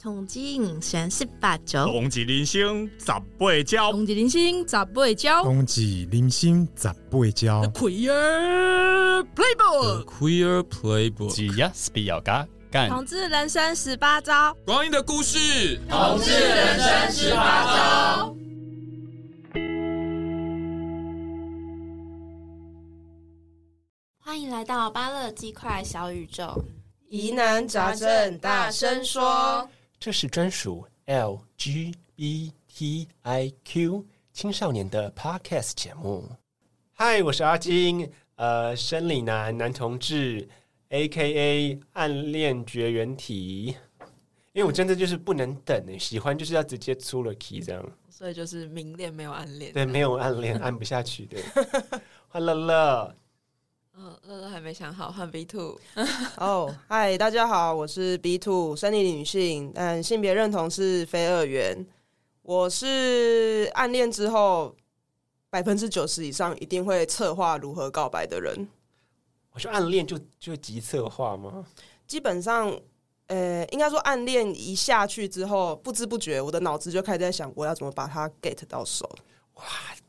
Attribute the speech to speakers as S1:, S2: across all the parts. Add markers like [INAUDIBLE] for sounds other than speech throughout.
S1: 统计人生十八招，
S2: 同一人生十八招，
S3: 同一人生十八招，
S4: 冬季零星十八招，
S3: Queer Playbook，
S5: Queer Playbook，
S6: 只要 s p 要加干，
S1: 统治人生十八招。
S5: 光阴的故事。
S7: 同志人生十八招。
S1: 欢迎来到巴乐鸡块小宇宙，
S8: 疑难杂症大声说。
S9: 这是专属 LGBTIQ 青少年的 Podcast 节目。嗨，我是阿金，呃，生理男男同志，A.K.A. 暗恋绝缘体。因为我真的就是不能等欸喜欢就是要直接出了 key 这样，
S3: 所以就是明恋没有暗恋。嗯
S9: 对，没有暗恋按不下去的。 [LAUGHS] 欢乐乐，
S3: 嗯，乐乐还没想好换 B two，
S8: [LAUGHS] 哦，嗨，大家好，我是 B Two 生理女性，但性别认同是非二元。我是暗恋之后百分之九十以上一定会策划如何告白的人。
S9: 我说暗恋就就急策划吗？
S8: 基本上，呃，应该说暗恋一下去之后，不知不觉我的脑子就开始在想，我要怎么把它 get 到手。
S9: 哇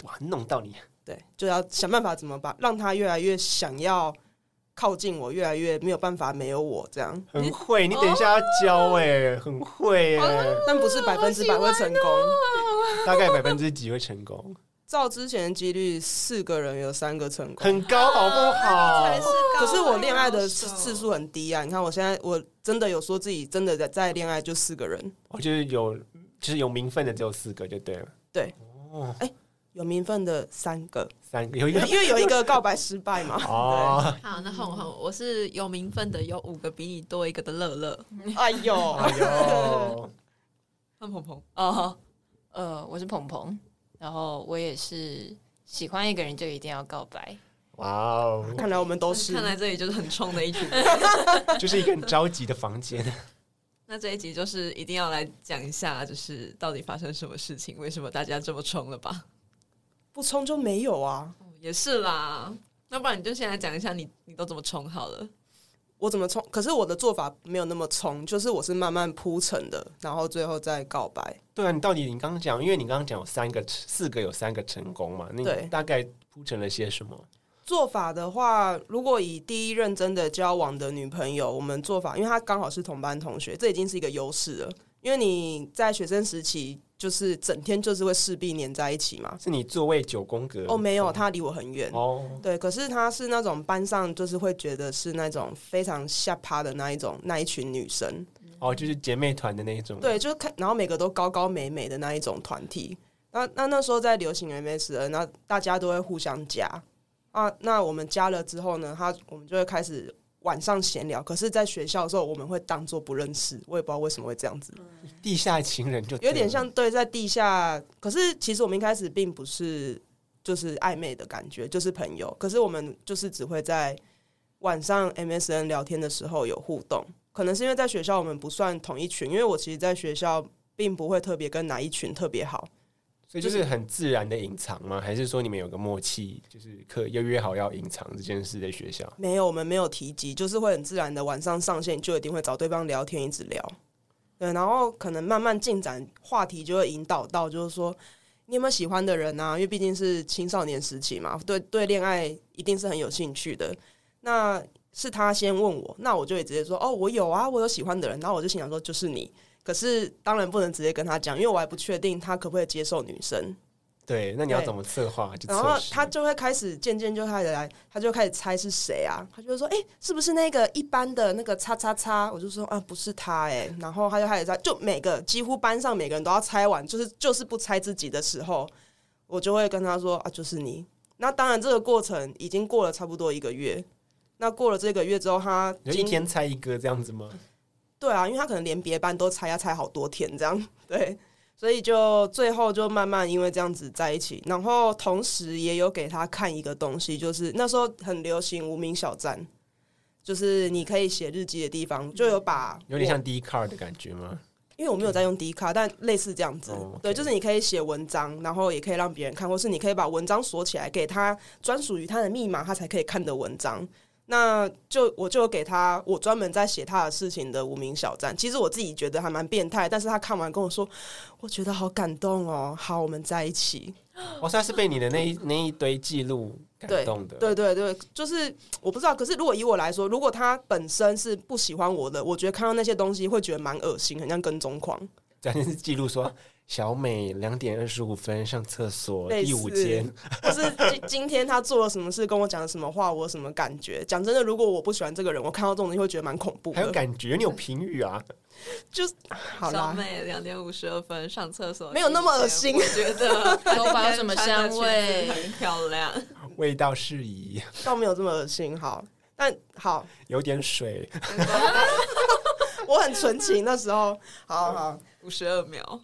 S9: 哇，弄到你！
S8: 对，就要想办法怎么把让他越来越想要靠近我，越来越没有办法没有我这样，
S9: 很会，你等一下要教哎、很会哎、
S8: 但不是百分之百会成功。
S3: 哦
S9: 大概百分之几会成功？
S8: 照之前的几率，四个人有三个成功。
S9: 很高好不好？
S8: [LAUGHS] 可是我恋爱的次数很低啊！你看我现在，我真的有说自己真的在在恋爱就四个人，
S9: 我就是有，就是有名分的只有四个就对了，
S8: 有名分的三个，
S9: 三个有一
S8: [LAUGHS] 因
S9: 个
S8: 为因为有一个告白失败
S9: [LAUGHS]
S8: 嘛。
S9: 哦，
S3: 好，那哄哄，我是有名分的，有五个比你多一个的乐乐，
S8: 哎呦，
S9: 哎呦，
S3: 换鹏鹏。
S7: 哦，呃，我是鹏鹏，然后我也是喜欢一个人就一定要告白，
S9: [LAUGHS] 哇哦，
S8: [LAUGHS] 看来我们都是
S3: 看来这里就是很冲的一群人。
S9: 就是一个很着急的房间，
S3: 那这一集就是一定要来讲一下，就是到底发生什么事情，为什么大家这么冲了吧？
S8: 不冲就没有啊。
S3: 哦也是啦，那不然你就先来讲一下你你都怎么冲好了。
S8: 我怎么冲？可是我的做法没有那么冲，就是我是慢慢铺陈的，然后最后再告白。
S9: 对啊，你到底你刚刚讲，因为你刚刚讲有三个，四个有三个成功嘛，那
S8: 对
S9: 你大概铺成了些什么？
S8: 做法的话，如果以第一认真的交往的女朋友，我们做法，因为她刚好是同班同学，这已经是一个优势了。因为你在学生时期，就是整天就是会势必黏在一起嘛。
S9: 是你座位九宫格？
S8: 哦，没有，她离我很远。
S9: 哦，
S8: 对，可是她是那种班上就是会觉得是那种非常下趴的那一种那一群女生。
S9: 哦，就是姐妹团的那种，
S8: 对，就是看，然后每个都高高美美的那一种团体。那那那时候在流行 MSN，那大家都会互相加啊。那我们加了之后呢，他我们就会开始晚上闲聊。可是，在学校的时候，我们会当做不认识，我也不知道为什么会这样子，
S9: 地下情人就对
S8: 有
S9: 了
S8: 点像对在地下。可是其实我们一开始并不是就是暧昧的感觉，就是朋友。可是我们就是只会在晚上 MSN 聊天的时候有互动。可能是因为在学校我们不算同一群，因为我其实在学校并不会特别跟哪一群特别好。
S9: 所以就是很自然的隐藏吗？还是说你们有个默契，就是课要约好要隐藏这件事在学校？
S8: 没有，我们没有提及，就是会很自然的晚上上线就一定会找对方聊天，一直聊。对，然后可能慢慢进展，话题就会引导到，就是说你有没有喜欢的人啊？因为毕竟是青少年时期嘛，对对，恋爱一定是很有兴趣的。那是他先问我，那我就会直接说哦，我有啊，我有喜欢的人。然后我就心想说，就是你。可是当然不能直接跟他讲，因为我还不确定他可不可以接受女生。
S9: 对，那你要
S8: 对
S9: 怎么策划？就
S8: 然后
S9: 测试
S8: 他就会开始渐渐就开始来，他就开始猜是谁啊？他就会说：“哎、是不是那个一般的那个叉叉叉？”我就说：“啊，不是他哎、然后他就开始猜，就每个几乎班上每个人都要猜完，就是就是不猜自己的时候，我就会跟他说：“啊，就是你。”那当然，这个过程已经过了差不多一个月。那过了这个月之后，他
S9: 你就一
S8: 今
S9: 天猜一个这样子吗？
S8: 对啊，因为他可能连别班都猜要猜好多天这样，对，所以就最后就慢慢因为这样子在一起，然后同时也有给他看一个东西，就是那时候很流行无名小站，就是你可以写日记的地方，就有把
S9: 有点
S8: 我
S9: 像 D card 的感觉吗？
S8: 因为我没有在用 D 卡，但类似这样子
S9: 哦，OK
S8: 对，就是你可以写文章，然后也可以让别人看，或是你可以把文章锁起来，给他专属于他的密码，他才可以看的文章。那就我就有给他我专门在写他的事情的无名小站。其实我自己觉得还蛮变态，但是他看完跟我说，我觉得好感动哦，好，我们在一起。
S9: 我、哦、算是被你的那一那一堆记录感动的。
S8: 对对对，就是我不知道。可是如果以我来说，如果他本身是不喜欢我的，我觉得看到那些东西会觉得蛮恶心，很像跟踪狂。
S9: 咱是记录说，小美两点二十五分上厕所，
S8: 类似
S9: 第五间，
S8: 就是今今天他做了什么事，跟我讲了什么话，我有什么感觉？讲真的，如果我不喜欢这个人，我看到这种东西会觉得蛮恐怖
S9: 还有
S8: 的。
S9: 感觉，你有评语啊？
S8: 就是好
S3: 小
S8: 啦，
S3: 美两点五十二分上厕所，
S8: 没有那么恶心
S3: 我觉 [LAUGHS] 得
S7: 头发有什么香味
S3: 今天穿的裙子很漂亮。
S9: 味道适宜，
S8: 倒没有这么恶心。好，但好，
S9: 有点水。
S8: 我很纯情那时候，好好。
S3: 五十二秒，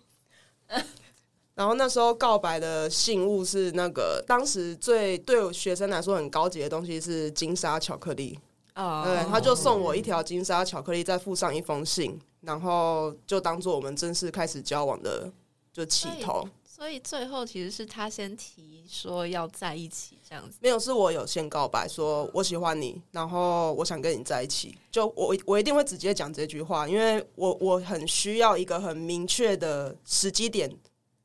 S8: 然后那时候告白的信物是那个，当时最对我学生来说很高级的东西是金沙巧克力。
S3: 哦
S8: 对，他就送我一条金沙巧克力，再附上一封信，然后就当做我们正式开始交往的就起头。
S1: 所以最后其实是他先提说要在一起这样子，
S8: 没有，是我有先告白说我喜欢你，然后我想跟你在一起。就我我一定会直接讲这句话，因为我我很需要一个很明确的时机点，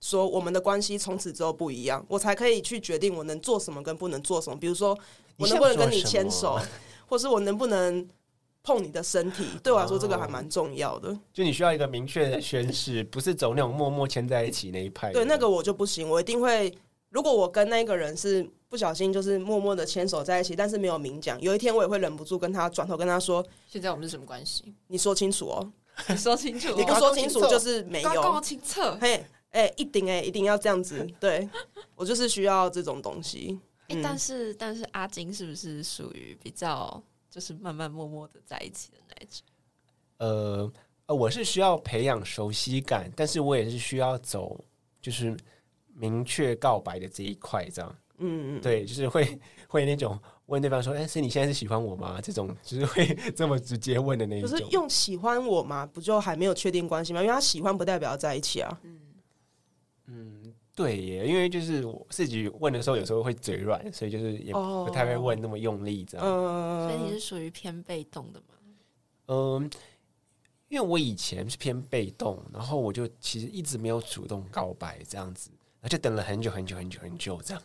S8: 说我们的关系从此之后不一样，我才可以去决定我能做什么跟不能做什么。比如说，我能不能跟你牵手
S9: [LAUGHS] 你想做什么？，
S8: 或是我能不能碰你的身体，对我来说这个还蛮重要的。
S9: 就你需要一个明确的宣誓，不是走那种默默牵在一起那一派的。
S8: 对，那个我就不行，我一定会。如果我跟那个人是不小心就是默默的牵手在一起，但是没有明讲，有一天我也会忍不住跟他转头跟他说
S7: 现在我们是什么关系？：“
S8: 你说清楚哦，
S3: [LAUGHS] 你说清楚哦，
S8: 你不说清楚就是没
S3: 刚刚我
S8: 有。
S3: 清澈”，
S8: 嘿，哎、一定哎、一定要这样子。对我就是需要这种东西。
S1: 哎、
S8: 嗯
S1: 但是但
S3: 但是阿金是不是属于比较就是慢慢默默的在一起的那一种？
S9: 呃呃，我是需要培养熟悉感，但是我也是需要走就是明确告白的这一块，这样
S8: 嗯，
S9: 对，就是会会那种问对方说，哎、是你现在是喜欢我吗？这种就是会 [LAUGHS] 这么直接问的那一
S8: 可
S9: 种。
S8: 嗯是用喜欢我嘛，不就还没有确定关系吗？因为他喜欢不代表要在一起啊。
S9: 嗯，对耶，因为就是我自己问的时候，有时候会嘴软，所以就是也
S8: 哦
S9: 不太会问那么用力这样。
S8: 嗯、
S1: 所以你是属于偏被动的嘛？
S9: 嗯，因为我以前是偏被动，然后我就其实一直没有主动告白这样子，然后就等了很久很久很久很久这样，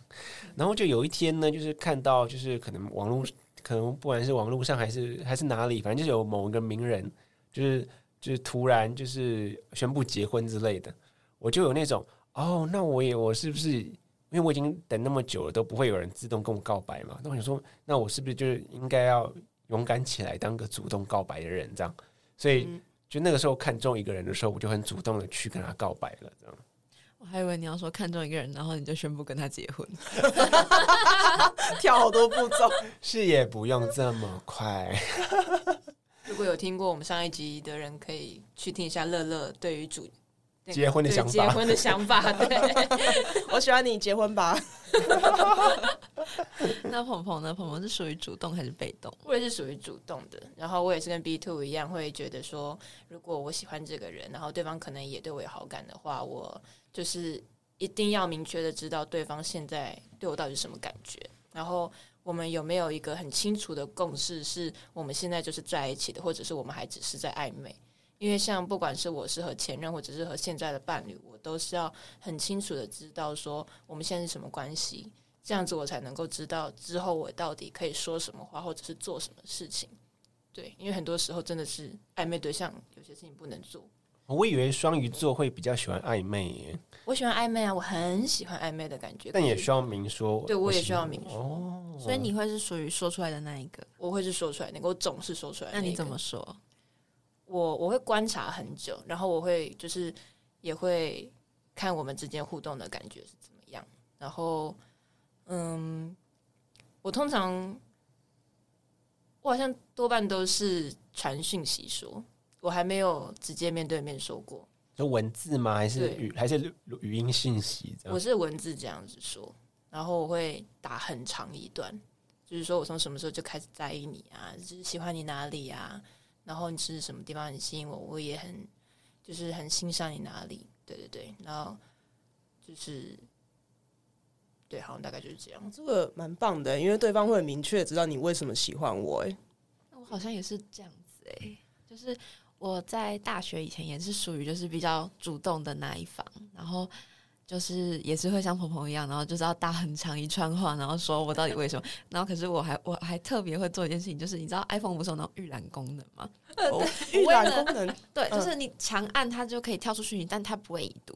S9: 然后就有一天呢，就是看到就是可能网络，可能不管是网络上还是还是哪里，反正就是有某一个名人，就是就是突然就是宣布结婚之类的，我就有那种哦，那我也我是不是？因为我已经等那么久了，都不会有人自动跟我告白嘛。那我想说，那我是不是就是应该要勇敢起来，当个主动告白的人，这样。所以
S7: 嗯
S9: 就那个时候看中一个人的时候，我就很主动的去跟他告白了，这样。
S3: 我还以为你要说看中一个人，然后你就宣布跟他结婚。
S8: 跳好多步
S9: [LAUGHS]
S8: 骤。
S9: 是也不用这么快，
S7: 如果有听过我们上一集的人，可以去听一下乐乐对于主那个
S9: 结婚的
S7: 对
S9: 想法
S7: 结婚的想法，对，
S8: 我喜欢你，结婚吧。
S3: 那鹏鹏呢？鹏鹏是属于主动还是被动？
S7: 我也是属于主动的。然后我也是跟 B two 一样，会觉得说，如果我喜欢这个人，然后对方可能也对我有好感的话，我就是一定要明确的知道对方现在对我到底是什么感觉，然后我们有没有一个很清楚的共识，是我们现在就是在一起的，或者是我们还只是在暧昧。因为像不管是我是和前任，或者是和现在的伴侣，我都是要很清楚的知道说我们现在是什么关系，这样子我才能够知道之后我到底可以说什么话，或者是做什么事情。对，因为很多时候真的是暧昧对象有些事情不能做。
S9: 我以为双鱼座会比较喜欢暧昧耶，
S7: 我喜欢暧昧啊，我很喜欢暧昧的感觉，
S9: 但也
S7: 可是
S9: 需要明说。
S7: 对我也需
S9: 喜
S7: 要
S9: 欢
S7: 明说，
S9: 哦，
S1: 所以你会是属于说出来的那一个？
S7: 我会是说出来那个，我总是说出来、
S1: 那你怎么？说？
S7: 我我会观察很久，然后我会就是也会看我们之间互动的感觉是怎么样。然后，嗯，我通常我好像多半都是传讯息说，我还没有直接面对面说过，
S9: 就文字吗？还是
S7: 对
S9: 语还是录录语音信息这
S7: 我
S9: 样？
S7: 是文字这样子说，然后我会打很长一段，就是说我从什么时候就开始在意你啊，就是喜欢你哪里啊，然后你是什么地方很吸引我，我也很就是很欣赏你哪里，对对对，然后就是对，好像大概就是这样。
S8: 这个蛮棒的，因为对方会很明确知道你为什么喜欢我。哎，
S1: 我好像也是这样子哎、就是我在大学以前也是属于就是比较主动的那一方，然后就是也是会像鹏鹏一样，然后就是要搭很长一串话，然后说我到底为什么，然后可是我还我还特别会做一件事情，就是你知道 iPhone 不是有那种预览功能吗？
S8: 哦预览功能，
S1: 对，
S8: 嗯
S1: 就是你强按它就可以跳出虚拟，但它不会已读。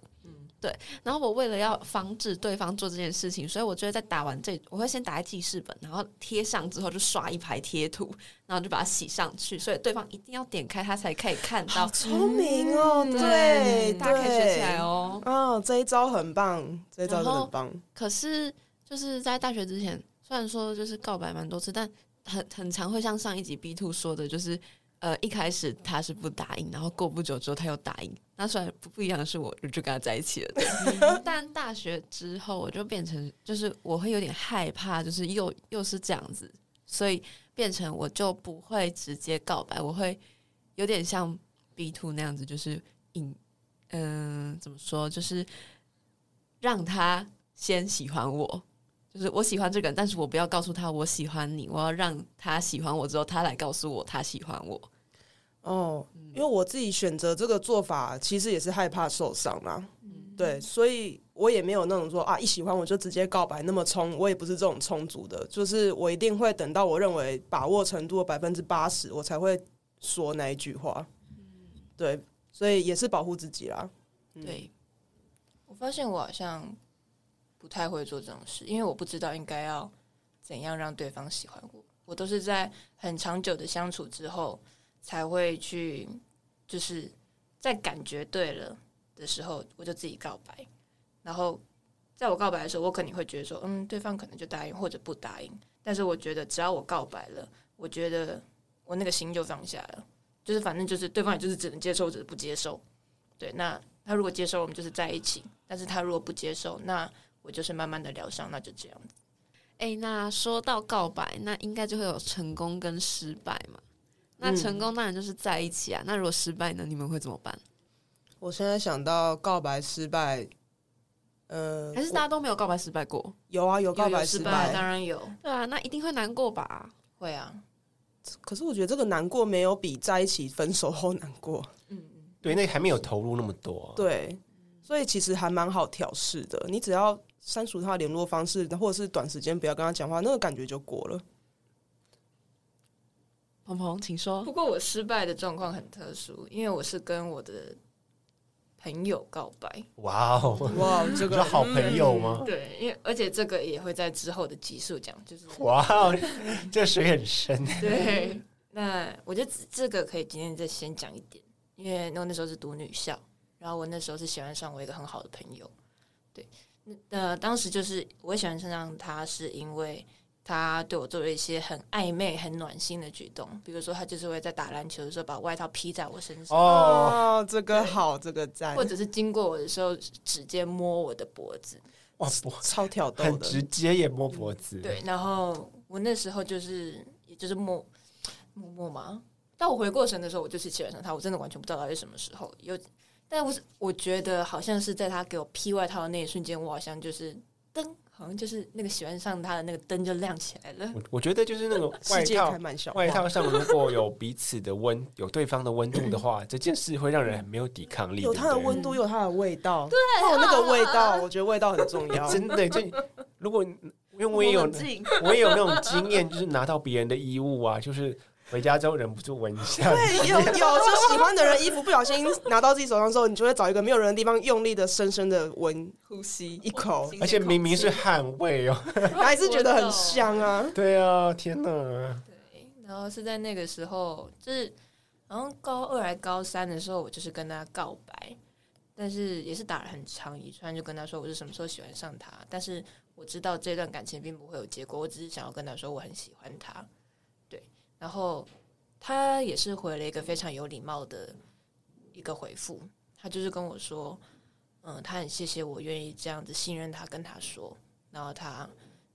S1: 对，然后我为了要防止对方做这件事情，所以我就会在打完这，我会先打在记事本，然后贴上之后就刷一排贴图，然后就把它洗上去，所以对方一定要点开它才可以看到。
S8: 聪明哦，对，
S1: 嗯大家可以学起来
S8: 哦。
S1: 哦。
S8: 哦，这一招很棒，这一招真的很棒。
S1: 可是就是在大学之前，虽然说就是告白蛮多次，但很很常会像上一集 B two 说的，就是呃一开始他是不答应，然后过不久之后他又答应。那虽然不不一样的是我，我就跟他在一起了。对但大学之后，我就变成就是我会有点害怕，就是又又是这样子，所以变成我就不会直接告白，我会有点像 B two 那样子，就是引嗯、怎么说，就是让他先喜欢我，就是我喜欢这个人，但是我不要告诉他我喜欢你，我要让他喜欢我之后，他来告诉我他喜欢我。
S8: 哦，
S1: 嗯
S8: 因为我自己选择这个做法，其实也是害怕受伤啦。
S1: 嗯
S8: 对，所以我也没有那种说啊，一喜欢我就直接告白那么冲，我也不是这种充足的，就是我一定会等到我认为把握程度的百分之八十，我才会说那一句话。
S1: 嗯
S8: 对，所以也是保护自己啦。嗯
S1: 对，
S7: 我发现我好像不太会做这种事，因为我不知道应该要怎样让对方喜欢我。我都是在很长久的相处之后，才会去，就是在感觉对了的时候，我就自己告白。然后，在我告白的时候，我肯定会觉得说，嗯，对方可能就答应或者不答应。但是我觉得，只要我告白了，我觉得我那个心就放下了，就是反正就是对方也就是只能接受或者不接受。对，那他如果接受，我们就是在一起；但是他如果不接受，那我就是慢慢的疗伤，那就这样子。
S1: 哎，那说到告白，那应该就会有成功跟失败嘛。那成功当然就是在一起啊。那如果失败呢？你们会怎么办？
S8: 我现在想到告白失败，呃，
S1: 嗯还是大家都没有告白失败过？
S8: 有啊，有告白
S7: 失
S8: 失
S7: 败当然有，
S1: 对啊，那一定会难过吧？
S7: 会啊，
S8: 可是我觉得这个难过没有比在一起分手后难过。
S7: 嗯，
S9: 对，那还没有投入那么多。，啊
S8: 对，所以其实还蛮好调试的。你只要删除他的联络方式，或者是短时间不要跟他讲话，那个感觉就过了。
S1: 鹏鹏，请说
S7: 不。过我失败的状况很特殊，因为我是跟我的朋友告白，
S9: 哇
S7: [LAUGHS]
S9: 哦，
S8: 哇，
S9: 这个好朋友吗？
S7: 对，因为而且这个也会在之后的集数讲，就是
S9: 哇哦， [LAUGHS] 这水很深。
S7: 对。 [LAUGHS] 那我觉得这这个可以今天再先讲一点，因为我那时候是读女校，然后我那时候是喜欢上我一个很好的朋友，对，那呃当时就是我会喜欢上他是因为他对我做了一些很暧昧、很暖心的举动，比如说他就是会在打篮球的时候把外套披在我身上，
S9: 哦，
S8: 哦，这个好，这个赞，
S7: 或者是经过我的时候直接摸我的脖子，
S9: 哇，不
S8: 超挑逗
S9: 很直
S8: 的。
S9: 接，也摸脖子。
S7: 对，，然后我那时候就是，也就是默默默嘛。但我回过神的时候，我就是喜欢上他，我真的完全不知道他是什么时候有。但我是我觉得好像是在他给我披外套的那一瞬间，我好像就是灯，好像就是那个喜欢上他的那个灯就亮起来了。
S9: 我我觉得就是那种
S8: 世
S9: 外
S8: 界
S9: 套
S8: 开，满小
S9: 外
S8: 花
S9: 套上如果有彼此的温，有对方的温度的话，这件事会让人很没有抵抗力。
S8: 有它的
S9: 对不对
S8: 温度，有它的味
S9: [LAUGHS]
S8: 道，对，
S9: 啊
S8: 有那个味道， [LAUGHS] 我觉得味道很重要。[LAUGHS]
S9: 真的，这如果因为我也有
S1: 冷静
S9: 我也有那种经验，就是拿到别人的衣物啊，就是回家之后忍不住闻一下。
S8: 对， [LAUGHS] 有有就喜欢的人衣服不小心拿到自己手上之后，你就会找一个没有人的地方，用力的深深的闻
S1: 呼吸
S8: 一口，
S9: 而且明明是汗味哦。
S8: [LAUGHS] 还是觉得很香啊。
S9: 对啊，天哪！
S7: 然后是在那个时候，就是好像高二还高三的时候，我就是跟他告白，但是也是打了很长一串，就跟他说我是什么时候喜欢上他，但是我知道这段感情并不会有结果，我只是想要跟他说我很喜欢他，对，然后他也是回了一个非常有礼貌的一个回复，他就是跟我说，嗯，他很谢谢我愿意这样子信任他，跟他说，然后他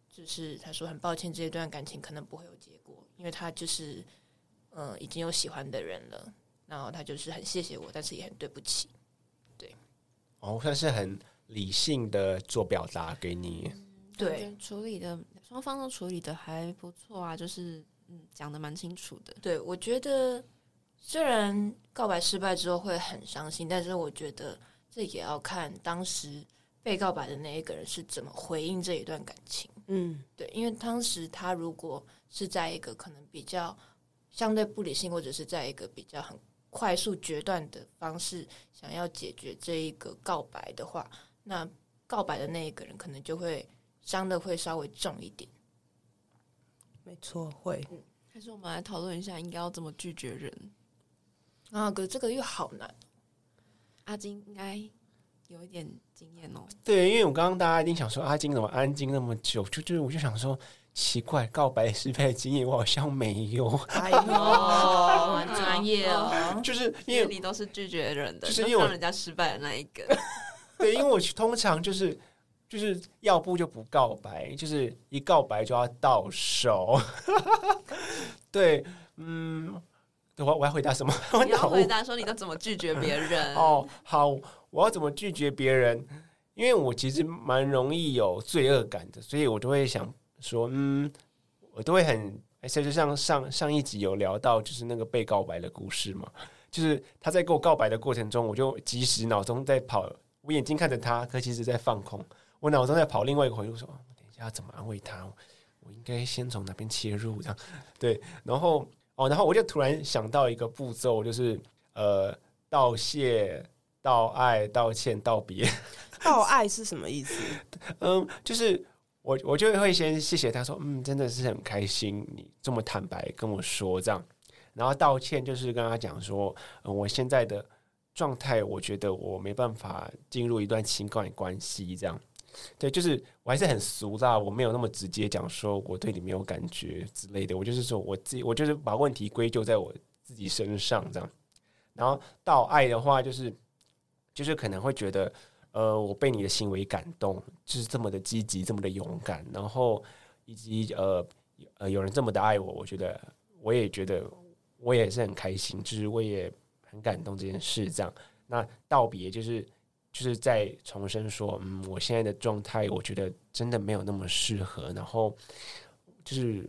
S7: 就是他说很抱歉，这一段感情可能不会有结果，因为他就是嗯、呃已经有喜欢的人了，然后他就是很谢谢我，但是也很对不起。
S9: 哦，算是很理性的做表达给你。
S1: 感
S7: 对
S1: 觉处理的双方都处理的还不错啊，就是嗯讲的蛮清楚的。
S7: 对，我觉得虽然告白失败之后会很伤心，但是我觉得这也要看当时被告白的那一个人是怎么回应这一段感情。
S8: 嗯，
S7: 对，因为当时他如果是在一个可能比较相对不理性，或者是在一个比较很快速决断的方式，想要解决这一个告白的话，那告白的那一个人可能就会伤的会稍微重一点。
S8: 没错，会
S1: 还是我们来讨论一下，应该要怎么拒绝人？
S7: 啊，可是这个又好难。
S1: 阿金应该有一点经验哦。
S9: 对，因为我刚刚大家一定想说阿金怎么安静那么久，就就是我就想说奇怪，告白失败的经验我好像没有，
S3: 哦
S7: 哎呦，很专业哦。
S9: 就是因
S3: 因为
S9: 为
S3: 你都是拒绝人的，
S9: 就是因为
S3: 都
S9: 我
S3: 让人家失败的那一个。
S9: 对，因为我通常就是就是要不就不告白，就是一告白就要到手。 [LAUGHS] 对，嗯，对我我要回答什么？ [LAUGHS] 我
S3: 你要
S9: 脑雾
S3: 回答说你都怎么拒绝别人？
S9: 哦，好，我要怎么拒绝别人？因为我其实蛮容易有罪恶感的，所以我就会想说，嗯，我都会很，而且就像上上一集有聊到，就是那个被告白的故事嘛，就是他在跟我告白的过程中，我就及时脑中在跑，我眼睛看着他，可其实在放空，我脑中在跑另外一个回路，说，啊我等一下要怎么安慰他？我应该先从哪边切入？这样对，然后哦，然后我就突然想到一个步骤，就是呃，道谢、道爱、道歉、道别。 [LAUGHS]
S8: 道爱是什么意思？
S9: 嗯，就是我我就会先谢谢他说，嗯，真的是很开心你这么坦白跟我说这样，然后道歉就是跟他讲说，嗯，我现在的状态，我觉得我没办法进入一段情感关系这样。对，就是我还是很俗啦，我没有那么直接讲说我对你没有感觉之类的，我就是说我自己，我就是把问题归咎在我自己身上这样。然后到爱的话，就是就是可能会觉得，呃，我被你的行为感动，就是这么的积极，这么的勇敢，然后以及呃呃有人这么的爱我，我觉得我也觉得我也是很开心，就是我也很感动这件事这样。那道别就是就是再重申说，嗯，我现在的状态，我觉得真的没有那么适合，然后就是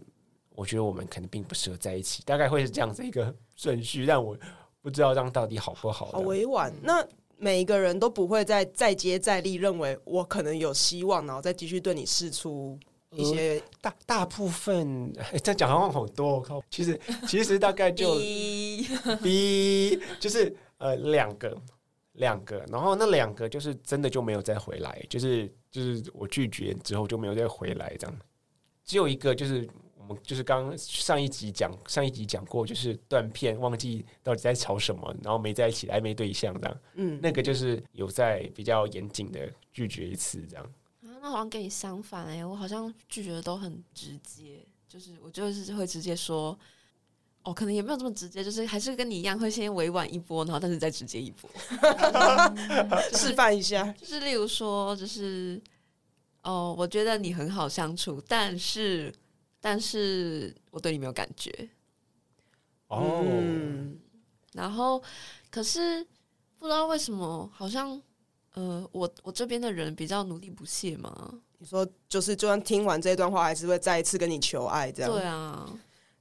S9: 我觉得我们可能并不适合在一起，大概会是这样子一个 [LAUGHS] 顺序，但我不知道这样到底好不好这
S8: 好
S9: 样。
S8: 委婉。那每一个人都不会再再接再厉，认为我可能有希望，然后再继续对你试出一些。
S9: 大大部分 [LAUGHS] 这讲好像好多，我靠！其实其实大概就 [LAUGHS] B 就是呃两个两个，然后那两个就是真的就没有再回来，就是就是我拒绝之后就没有再回来这样。只有一个就是我们就是刚上一集讲上一集讲过，就是断片忘记到底在吵什么，然后没在一起暧昧对象这样。
S8: 嗯，
S9: 那个就是有在比较严谨的拒绝一次这样。
S1: 啊，那好像跟你相反哎、我好像拒绝的都很直接，就是我就是会直接说，哦，可能也没有这么直接，就是还是跟你一样会先委婉一波，然后但是再直接一波。
S8: 示范一下，
S1: 就是例如说，就是哦，我觉得你很好相处，但是但是我对你没有感觉。
S9: 哦，
S8: 嗯，
S1: 然后可是不知道为什么，好像呃，我我这边的人比较努力不懈嘛。
S8: 你说就是，就算听完这段话，还是会再一次跟你求爱，这样，
S1: 对啊，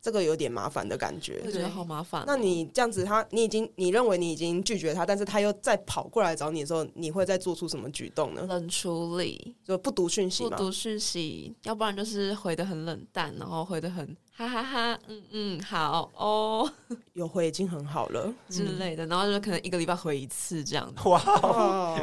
S8: 这个有点麻烦的感觉
S1: 会。觉得好麻烦哦、
S8: 那你这样子他，你已经你认为你已经拒绝他，但是他又再跑过来找你的时候，你会再做出什么举动呢？
S1: 冷处理，
S8: 就不读讯息
S1: 嗯不
S8: 嘛？
S1: 读讯息，要不然就是回的很冷淡，然后回的很哈哈哈，嗯嗯，好哦
S8: 有回已经很好了。
S1: 之类的，然后就可能一个礼拜回一次这样子。
S8: 嗯 [LAUGHS] 哦，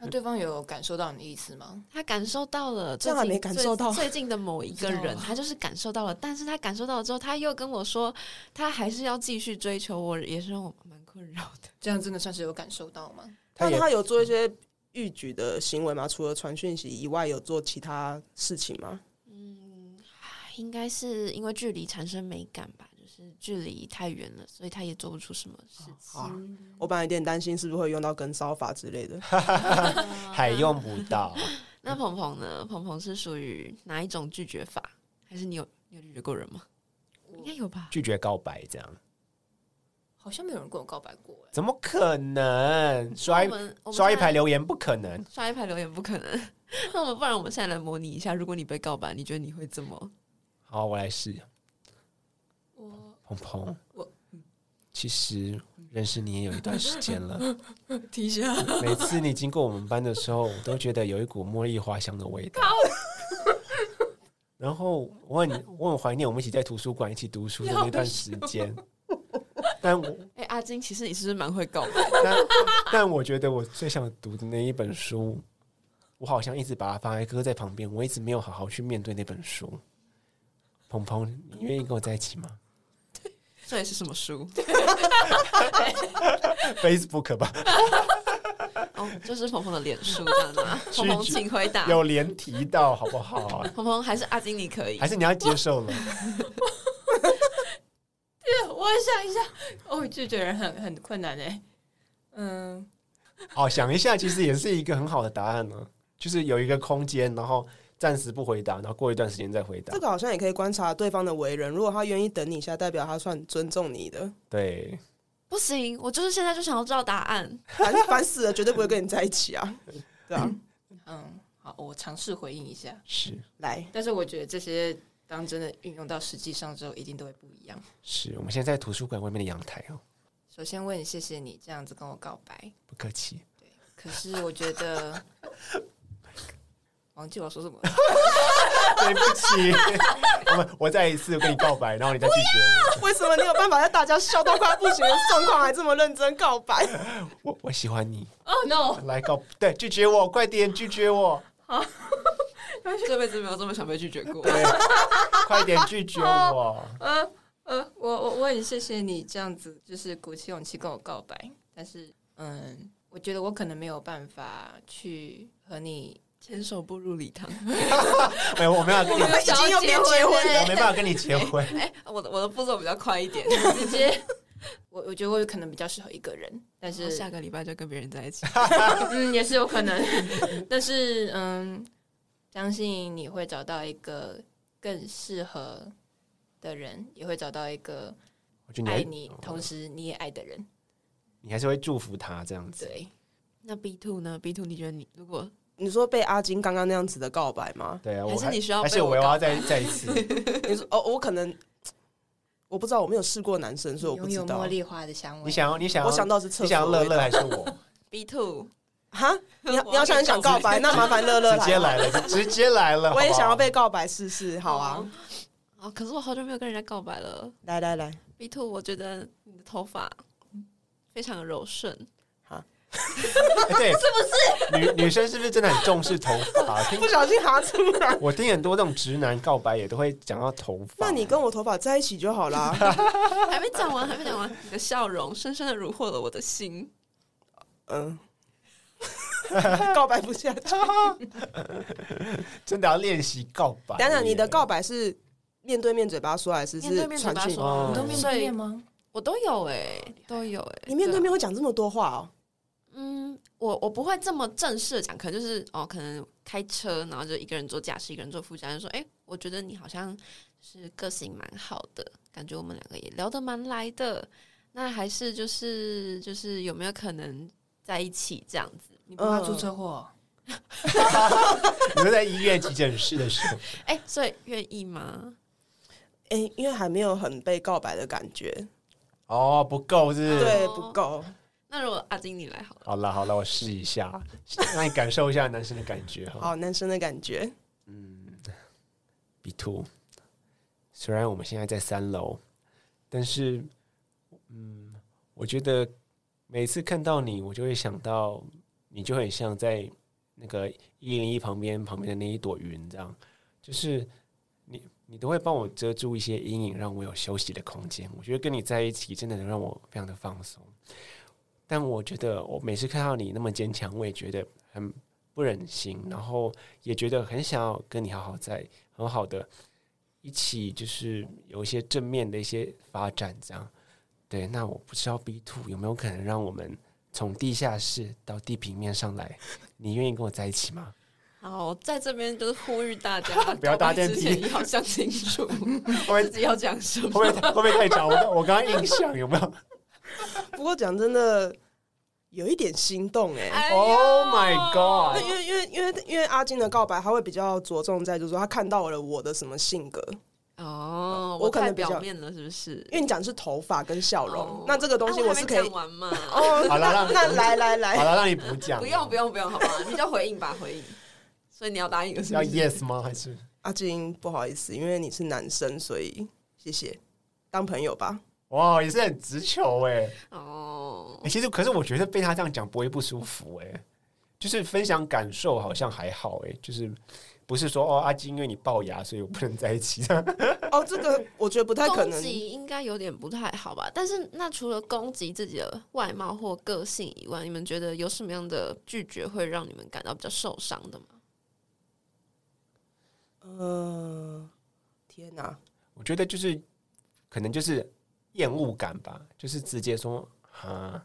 S7: 那对方有感受到你的意思吗？
S1: 他感受到了，
S8: 这样还
S1: 最近
S8: 没感受到
S1: 最最近的某一个人，他就是感受到了，但是他感受到了之后，他又跟我说，他还是要继续追求我，也是让我蛮困扰的。
S7: 这样真的算是有感受到吗？
S9: 他
S8: 那
S9: 也
S8: 他有做一些逾矩的行为吗？除了传讯息以外，有做其他事情吗？
S1: 嗯，应该是因为距离产生美感吧，就是距离太远了，所以他也做不出什么事情。
S8: 啊，我本来有点担心是不是会用到跟骚法之类的。
S9: 还用不到。
S1: 那鹏鹏呢？鹏鹏是属于哪一种拒绝法？还是你有你有拒绝过人吗？应该有吧。
S9: 拒绝告白这样。
S7: 好像没有人跟我告白过哎、
S9: 怎么可能？刷一
S1: 我们我们
S9: 刷一
S1: 现在
S9: 排留言不可能。
S1: 刷一排留言不可能。 [LAUGHS] 那我们不然我们现在来模拟一下，如果你被告白，你觉得你会怎么？
S9: 好，我来试。
S7: 我
S9: 鹏鹏，
S7: 我
S9: 其实认识你也有一段时间
S1: [LAUGHS]
S9: 了。
S1: 提醒下，
S9: 每次你经过我们班的时候，我都觉得有一股茉莉花香的味道。然后我很我很怀念我们一起在图书馆一起读书的那段时
S1: [LAUGHS]
S9: 间。但我
S1: 哎、阿金，其实你是不是蛮会告白？
S9: 但 [LAUGHS] 但我觉得我最想读的那一本书，我好像一直把它放在搁在旁边，我一直没有好好去面对那本书。鹏鹏，你愿意跟我在一起吗
S1: 这也是什么书？
S9: ？Facebook 吧，
S1: 哦，就是鹏鹏的脸书这样子吗？鹏鹏，
S9: 拒绝
S1: 请回答。
S9: 有连提到好不好？ [LAUGHS]
S1: 鹏鹏还是阿金，你可以
S9: 还。是你要接受了？
S7: 我想一下，哦，拒绝人很很困难哎、嗯，
S9: 好，想一下，其实也是一个很好的答案呢、就是有一个空间，然后暂时不回答，然后过一段时间再回答
S8: 这。个好像也可以观察对方的为人，如果他愿意等你一下，代表他算尊重你的。
S9: 对，
S1: 不行，我就是现在就想要知道答案。
S8: 烦烦死了，绝对不会跟你在一起啊！对
S1: [LAUGHS]
S8: 啊，
S7: 嗯，好，我尝试回应一下。
S9: 是
S8: 来，
S7: 但是我觉得这些当真的运用到实际上之后，一定都会不一样。
S9: 是，我们现在在图书馆外面的阳台哦，
S7: 首先问谢谢你这样子跟我告白，
S9: 不客气。 [LAUGHS]
S7: 可是我觉得忘记我要说什么了，
S9: 对不起， [LAUGHS] 我们我再一次跟你告白，然后你再拒绝
S8: 为什么你有办法在大家笑到快要不行的状况还这么认真告白？
S9: 我。我我喜欢你，
S7: 哦 [LAUGHS] no，
S9: 来告对拒绝我，快点拒绝我，
S1: 这辈子没有这么想被拒绝过。
S9: 对，快点拒绝
S1: [LAUGHS]
S9: 我。
S7: 呃呃，我我我很谢谢你这样子，就是鼓起勇气跟我告白，但是嗯，我觉得我可能没有办法去和你，
S1: 牵手步入礼堂。
S9: 没有，我没有要欸跟你，
S8: [LAUGHS]
S7: 我
S8: 已经有别人结婚
S9: 我没办法跟你结婚。
S1: [LAUGHS] 哎、我的我的步骤比较快一点，
S7: 直接。 [LAUGHS] 我我觉得我可能比较适合一个人，但
S1: 就是
S7: 是
S1: 下个礼拜就跟别人在一起。
S7: [LAUGHS] 嗯，也是有可能。但是嗯，相信你会找到一个更适合的人，也会找到一个
S9: 我
S8: 哎
S9: 觉得
S7: 爱
S9: 你
S7: 你，同时你也爱的人。
S9: 你还是会祝福他这样子。
S7: 对，
S1: [LAUGHS] 那 B two 呢？B two，你觉得你如果
S8: 你说被阿金刚刚那样子的告白吗？
S9: 对啊，我
S1: 还是你需要
S9: 而
S1: 被
S9: 且我
S1: 告
S9: 要
S1: 白
S9: 再再一次。
S1: [LAUGHS]
S8: 你说哦，我可能我不知道，我没有试过男生，所以我不
S7: 拥
S8: 知
S7: 有
S8: 道
S7: 茉。莉花的香
S9: 你
S7: 味。
S9: 想要，你想要，
S8: 我想到是厕
S9: 你想要
S8: 所
S9: 乐
S8: 的味
S9: 乐
S8: 道。
S9: 还是我？
S8: [LAUGHS]
S1: B two
S8: 哈，你要你要想想告白，那麻烦乐乐
S9: 直接来了，直接来了。
S8: 我也
S9: 好不好
S8: 想要被告白试试。好啊，
S1: 啊，可是我好久没有跟人家告白了。
S8: 来来来，
S1: B two，我觉得你的头发非常柔顺，
S9: 哎
S8: [LAUGHS]
S9: 对，是不是？女女生是不是真的很重视头发？听
S8: 不小心哈出来。
S9: 我听很多那种直男告白也都会讲到头发。
S8: 那你跟我头发在一起就好 [LAUGHS] 啦。
S1: 还没讲完，还没讲完， [LAUGHS] 你的笑容深深的虏获了我的心。
S8: 嗯， [LAUGHS] 告白不下去。
S9: 真的要练习告白
S8: [LAUGHS]
S9: 耶？
S8: 等等，你的告白是面对面嘴巴说，还是
S1: 面对
S8: 是
S1: 面嘴
S8: 传
S1: 巴
S8: 讯？
S1: 说，
S9: 你都面
S1: 所以
S7: 吗？
S1: 我都有哎、都有哎、
S8: 你面对
S1: 啊
S8: 面会讲这么多话哦？
S1: 嗯，我我不会这么正式的讲，可能就是哦，可能开车，然后就一个人坐驾驶，一个人坐副驾，就说，哎、我觉得你好像是个性蛮好的，感觉我们两个也聊得蛮来的，那还是就是就是有没有可能在一起这样子？
S7: 你不
S8: 嗯
S9: 呃
S7: 怕出车祸？
S9: 你们在医院急诊室的时候，
S1: 哎、所以愿意吗？
S8: 哎、因为还没有很被告白的感觉，
S9: 哦，不够是哦不是？
S1: 哦
S8: 对，不够。
S1: 那如果阿金你来好了，
S9: 好了好了，我试一下，让你感受一下男生的感觉哈。
S8: 好，男生的感觉，
S9: 嗯，B two，虽然我们现在在三楼，但是，嗯，我觉得每次看到你，我就会想到你，就很像在那个一零一旁边旁边的那一朵云，这样，就是你，你都会帮我遮住一些阴影，让我有休息的空间。我觉得跟你在一起，真的能让我非常的放松。但我觉得，我每次看到你那么坚强，我也觉得很不忍心，然后也觉得很想要跟你好好在很好的一起，就是有一些正面的一些发展，这样。对，那我不知道 B two 有没有可能让我们从地下室到地平面上来？你愿意跟我在一起吗？
S1: 好，在这边就是呼吁大家，
S9: [LAUGHS] 不要搭电
S1: 之
S9: 梯
S1: 前要想清楚
S9: [LAUGHS] 会
S1: 自己要讲什
S9: 不
S1: 么。
S9: 会会不会太长？我我刚刚印象有没有？
S8: 不过讲真的，有一点心动哎、
S3: 哎呦
S9: Oh my
S8: 那
S1: 哎
S9: god！
S8: 因为因为因为因为阿金的告白，他会比较着重在就是说他看到了我的什么性格，
S1: 哦，
S8: 我可能
S1: 看
S8: 比较
S1: 表面了，是不是？
S8: 因为你讲的是头发跟笑容，
S1: 哦
S8: 那这个东西我
S1: 啊还
S8: 是
S1: 没
S8: 可以
S1: 讲完嘛？
S8: 哦，
S9: 好啦
S8: 那
S9: 让
S8: 那来来
S9: [LAUGHS] 好
S8: 来，
S9: 了，让你不讲，
S1: 不用不用不用，好不好？你就回应吧，回应。所以你要答应我是
S9: 要
S1: 不
S9: [LAUGHS]
S1: 是？
S9: yes 吗？还是
S8: 阿金不好意思，因为你是男生，所以谢谢，当朋友吧。
S9: 哇，也是很直球哎、
S1: 哦
S9: 欸，其实可是我觉得被他这样讲不会不舒服哎、就是分享感受好像还好哎、就是不是说哦阿基因为你龅牙所以我不能在一起， [LAUGHS]
S8: 哦，这个我觉得不太可
S1: 攻
S8: 能。
S1: 击应该有点不太好吧？但是那除了攻击自己的外貌或个性以外，你们觉得有什么样的拒绝会让你们感到比较受伤的吗？
S8: 呃，天哪、
S9: 我觉得就是可能就是厌恶感吧，就是直接说啊，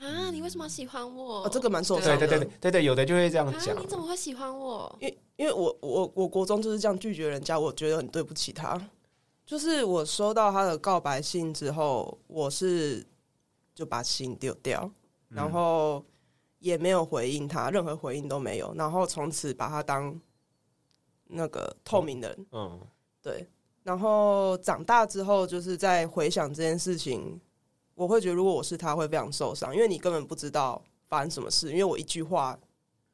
S1: 啊，你为什么喜欢我？
S8: 哦，这个蛮受伤的。
S9: 对对对对对对，有的就会这样讲
S1: 啊，，你怎么会喜欢我？
S8: 因为因为我我我国中就是这样拒绝人家，我觉得很对不起他。就是我收到他的告白信之后，我是就把信丢掉，然后
S9: 嗯
S8: 也没有回应他，任何回应都没有，然后从此把他当那个透明的人。
S9: 嗯，
S8: 对，然后长大之后，就是在回想这件事情，我会觉得如果我是他，会非常受伤，因为你根本不知道发生什么事，因为我一句话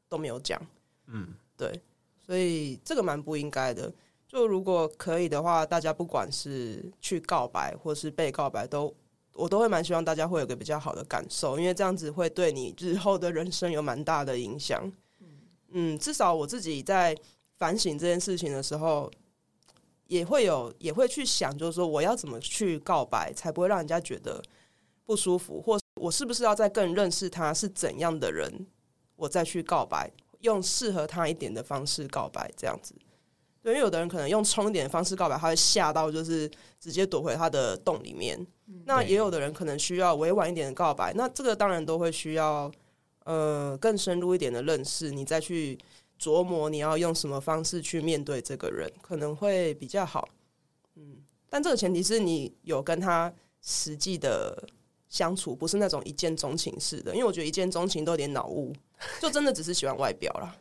S8: 都没有讲。
S9: 嗯，
S8: 对，所以这个蛮不应该的。就如果可以的话，大家不管是去告白或是被告白都。我都会蛮希望大家会有个比较好的感受，因为这样子会对你日后的人生有蛮大的影响。嗯，至少我自己在反省这件事情的时候，也会有也会去想，就是说我要怎么去告白，才不会让人家觉得不舒服，或我是不是要再更认识他是怎样的人，我再去告白，用适合他一点的方式告白，这样子。对，因为有的人可能用冲一点的方式告白，他会吓到，就是直接躲回他的洞里面。那也有的人可能需要委婉一点的告白，那这个当然都会需要呃更深入一点的认识，你再去琢磨你要用什么方式去面对这个人，可能会比较好。嗯，但这个前提是你有跟他实际的相处，不是那种一见钟情式的，因为我觉得一见钟情都有点脑雾， [LAUGHS] 就真的只是喜欢外表啦。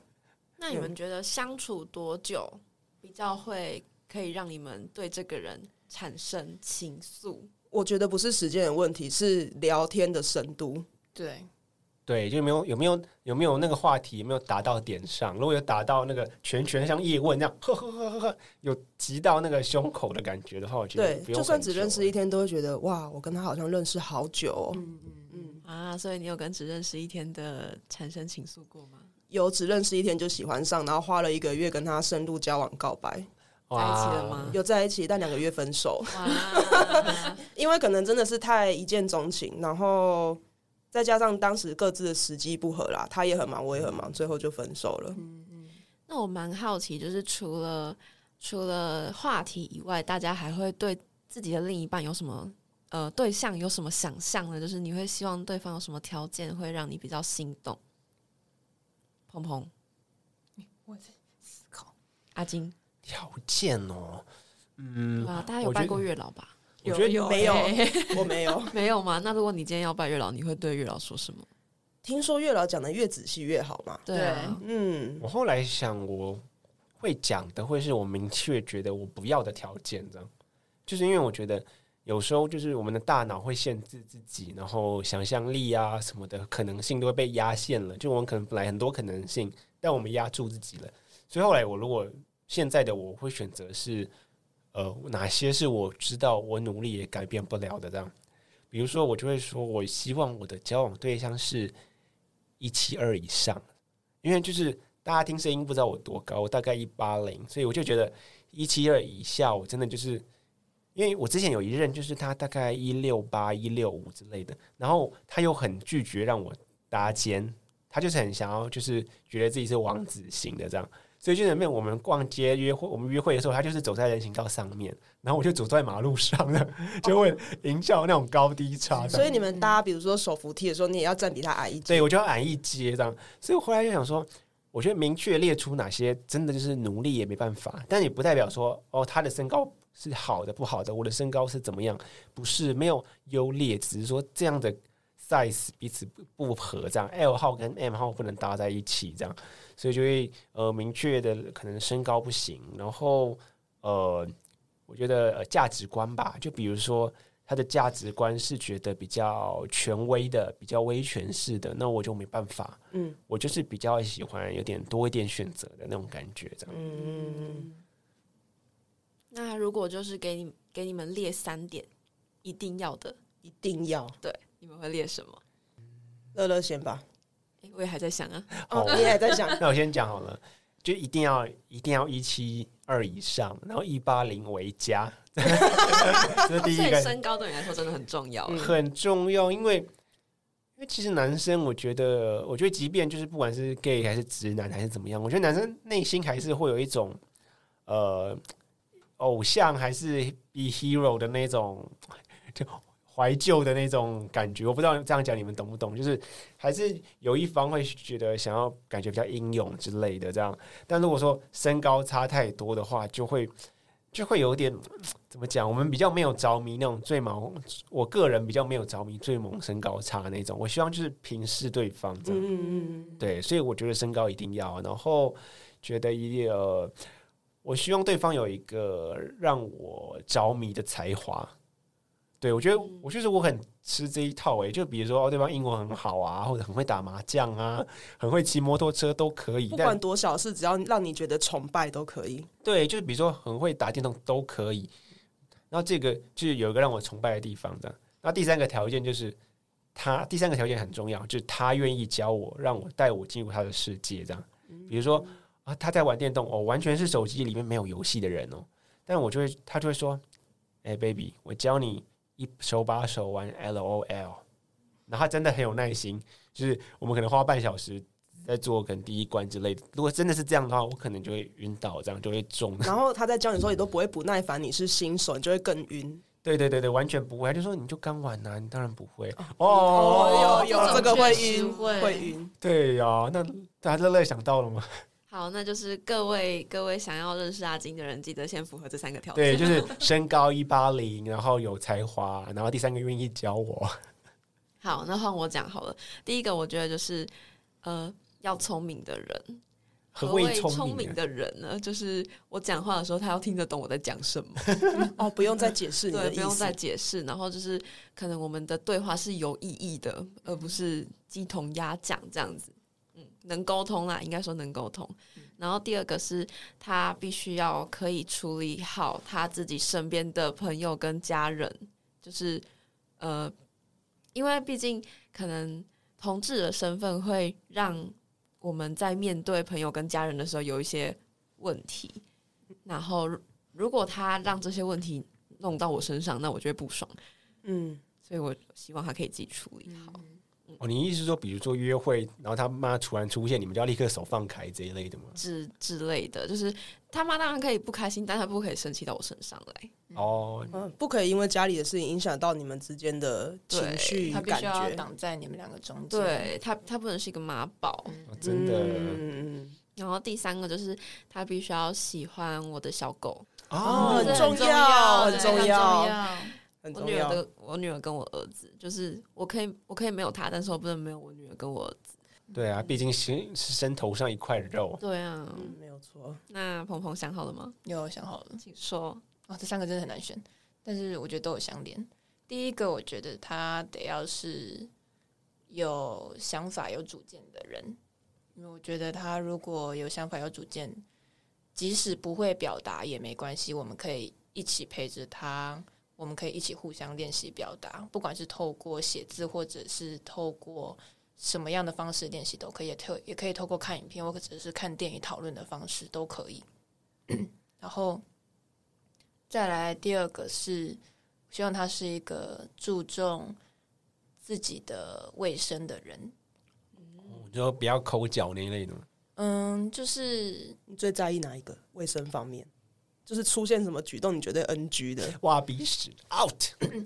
S1: 那你们觉得相处多久比较会可以让你们对这个人产生情愫？
S8: 我觉得不是时间的问题，是聊天的深度。
S7: 对，
S9: 对，就有没有有没有有没有那个话题有没有达到点上？如果有达到那个拳拳像叶问那样，呵呵呵呵呵，有击到那个胸口的感觉的话，我觉得
S8: 对
S9: 不，用
S8: 就算
S9: 很
S8: 只
S9: 久
S8: 认识一
S9: 欸
S8: 天，都会觉得哇，我跟他好像认识好久、哦。
S7: 嗯嗯嗯，
S8: 嗯，
S1: 啊，所以你有跟只认识一天的产生情愫过吗？
S8: 有只认识一天就喜欢上，然后花了一个月跟他深入交往告白，
S1: 在一起了
S9: 哇
S1: 吗？
S8: 有在一起，但两个月分手。 [LAUGHS]
S1: 哇，
S8: 因为可能真的是太一见钟情，然后再加上当时各自的时机不合啦，他也很忙，我也很
S9: 嗯
S8: 忙，最后就分手了。
S1: [LAUGHS]
S7: 嗯
S1: 那我蛮好奇，就是除了除了话题以外，大家还会对自己的另一半有什么呃对象有什么想象呢？就是你会希望对方有什么条件会让你比较心动？鹏鹏、
S7: 我在思考，
S1: 阿金，
S9: 条件哦，嗯，
S1: 哇，大家有
S9: 我觉
S1: 拜
S9: 得
S1: 过月老吧？
S9: 我觉得
S8: 没有
S7: 欸
S8: [LAUGHS] 我没有
S1: 没有吗？那如果你今天要拜月老，你会对月老说什么？
S8: 听说月老讲的越仔细越好嘛。
S1: 对啊，
S8: 嗯
S9: 我，后来想，我会讲的会是我明确觉得我不要的条件，这样，就是因为我觉得有时候就是我们的大脑会限制自己，然后想象力啊什么的可能性都会被压线了。就我们可能本来很多可能性，但我们压住自己了。所以后来我如果现在的我会选择是，呃，哪些是我知道我努力也改变不了的这样。比如说，我就会说，我希望我的交往对象是一七二以上，因为就是大家听声音不知道我多高，我大概一八零，所以我就觉得一七二以下，我真的就是，因为我之前有一任就是他大概一六八、一六五之类的，然后他又很拒绝让我搭肩，他就是很想要就是觉得自己是王子型的这样，所以就里面我们逛街约会，我们约会的时候，他就是走在人行道上面，然后我就走在马路上的， [LAUGHS] 就会营造那种高低差这样。
S8: 所以你们搭比如说手扶梯的时候，你也要站比他矮一截。
S9: 对我就要矮一阶这样。所以我后来就想说，我觉得明确列出哪些真的就是努力也没办法，但也不代表说哦他的身高是好的、不好的，我的身高是怎么样，不是没有优劣，只是说这样的 size 彼此不不合，这样 L 号跟 M 号不能搭在一起，这样，所以就会呃明确的可能身高不行，然后呃，我觉得呃价值观吧，就比如说。他的价值观是觉得比较权威的、比较威权式的，那我就没办法。
S8: 嗯
S9: 我就是比较喜欢有点多一点选择的那种感觉，这样。
S8: 嗯，
S1: 那如果就是给你给你们列三点一定要的，
S8: 一定要
S3: 你们会列什么？
S8: 乐乐先吧。
S1: 诶我也还在想
S3: [LAUGHS]
S1: 啊，
S9: 哦
S8: 哦，你还在想？
S9: 那我先讲好了，就一定要一定要一七二以上，然后一八零为佳， [LAUGHS] 这是第
S3: 所
S9: 一
S3: 以
S9: 个
S3: 身高对你来说真的很重要。
S1: 嗯
S9: 很重要，因为因为其实男生，我觉得，我觉得即便就是不管是 gay 还是直男还是怎么样，我觉得男生内心还是会有一种呃偶像还是 be hero 的那种就怀旧的那种感觉。我不知道这样讲你们懂不懂，就是还是有一方会觉得想要感觉比较英勇之类的这样，但如果说身高差太多的话，就会。就会有点怎么讲？我们比较没有着迷那种最毛我个人比较没有着迷最萌身高差那种，我希望就是平视对方这样。
S8: 嗯嗯
S9: 对，所以我觉得身高一定要，然后觉得一定呃，我希望对方有一个让我着迷的才华。对，我觉得
S8: 嗯
S9: 我就是我很吃这一套诶、就比如说哦对方英文很好啊，或者很会打麻将啊，很会骑摩托车都可以。
S8: 不
S9: 但
S8: 管多小事，只要让你觉得崇拜都可以。
S9: 对，就是比如说很会打电动都可以。然后这个就是有一个让我崇拜的地方的。然后第三个条件就是他，第三个条件很重要，就是他愿意教我，让我带我进入他的世界。这样，比如说啊，他在玩电动，哦，完全是手机里面没有游戏的人哦。但我就会，他就会说：“哎、b a b y 我教你一手把手玩 LOL。”然后他真的很有耐心，就是我们可能花半小时在做可能第一关之类的。如果真的是这样的话，我可能就会晕倒，这样就会中。
S8: 然后他在教你的时候，也都不会不耐烦，你是新手，你就会更晕。
S9: [LAUGHS] 对对对对，完全不会。他就说你就刚玩啊呐、你当然不会
S8: 哦
S9: 哦。，
S8: 有
S7: 这
S8: 有
S7: 种
S8: 这个会
S7: 确实
S8: 晕，
S7: 会
S8: 会晕。
S9: 对呀、那大家乐乐想到了吗？ [LAUGHS]
S1: 好，那就是各位各位想要认识阿金的人，记得先符合这三个条件。
S9: 对，就是身高一八零，然后有才华，然后第三个愿意教我。
S1: [LAUGHS] 好，那换我讲好了。第一个，我觉得就是呃，要聪明的人。
S9: 何
S1: 谓
S9: 谓聪
S1: 明
S9: 明？
S1: 的人呢？就是我讲话的时候，他要听得懂我在讲什么，
S8: 哦，不用再解释你
S1: 对，
S8: 的
S1: 不
S8: 意
S1: 用再
S8: 思。
S1: 解释。然后就是可能我们的对话是有意义的，而不是鸡同鸭讲这样子。嗯，能沟通啦，应该说能沟通。然后第二个是他必须要可以处理好他自己身边的朋友跟家人，就是呃，因为毕竟可能同志的身份会让我们在面对朋友跟家人的时候有一些问题，然后如如果他让这些问题弄到我身上，那我就会不爽，
S8: 嗯，
S1: 所以我希望他可以自己处理好。
S9: 哦，你意思是说，比如说约会，然后他妈突然出现，你们就要立刻手放开这一类的吗？
S1: 之之类的，就是他妈当然可以不开心，但他不可以生气到我身上来。
S9: 哦，
S8: 嗯，不可以因为家里的事情影响到你们之间的情绪
S7: 他必
S8: 感
S7: 须要
S8: 觉。嗯
S7: 挡在你们两个中间。，
S1: 对他，他不能是一个妈宝。
S9: 哦真的、
S8: 嗯嗯
S1: 然后第三个就是他必须要喜欢我的小狗，
S8: 哦，
S9: 哦
S8: 很
S1: 这
S8: 重
S1: 重
S8: 要，
S1: 要
S8: 很
S1: 对
S8: 重
S1: 很
S8: 要，很
S1: 我
S8: 重
S1: 女儿
S8: 要。
S1: 的我女儿跟我儿子，就是我可以我可以没有他，但是我不能没有我女儿跟我儿子。
S9: 对啊，毕竟是是身头上一块肉。
S1: 对啊，
S8: 嗯，没有错。
S1: 那鹏鹏想好了吗？
S7: 有想好了。
S1: 请说。
S7: 哦，这三个真的很难选，但是我觉得都有相连。第一个，我觉得他得要是有想法、有主见的人，因为我觉得他如果有想法、有主见，即使不会表达也没关系，我们可以一起陪着他，我们可以一起互相练习表达，不管是透过写字，或者是透过什么样的方式练习都可以，也透也可以透过看影片，或者是看电影讨论的方式都可以。 [COUGHS] 然后再来第二个是，希望他是一个注重自己的卫生的人。
S9: 我就不要抠脚那一类的吗。
S7: 嗯，就是
S8: 你最在意哪一个？卫生方面，就是出现什么举动你觉得 NG 的？
S9: 挖鼻屎 out，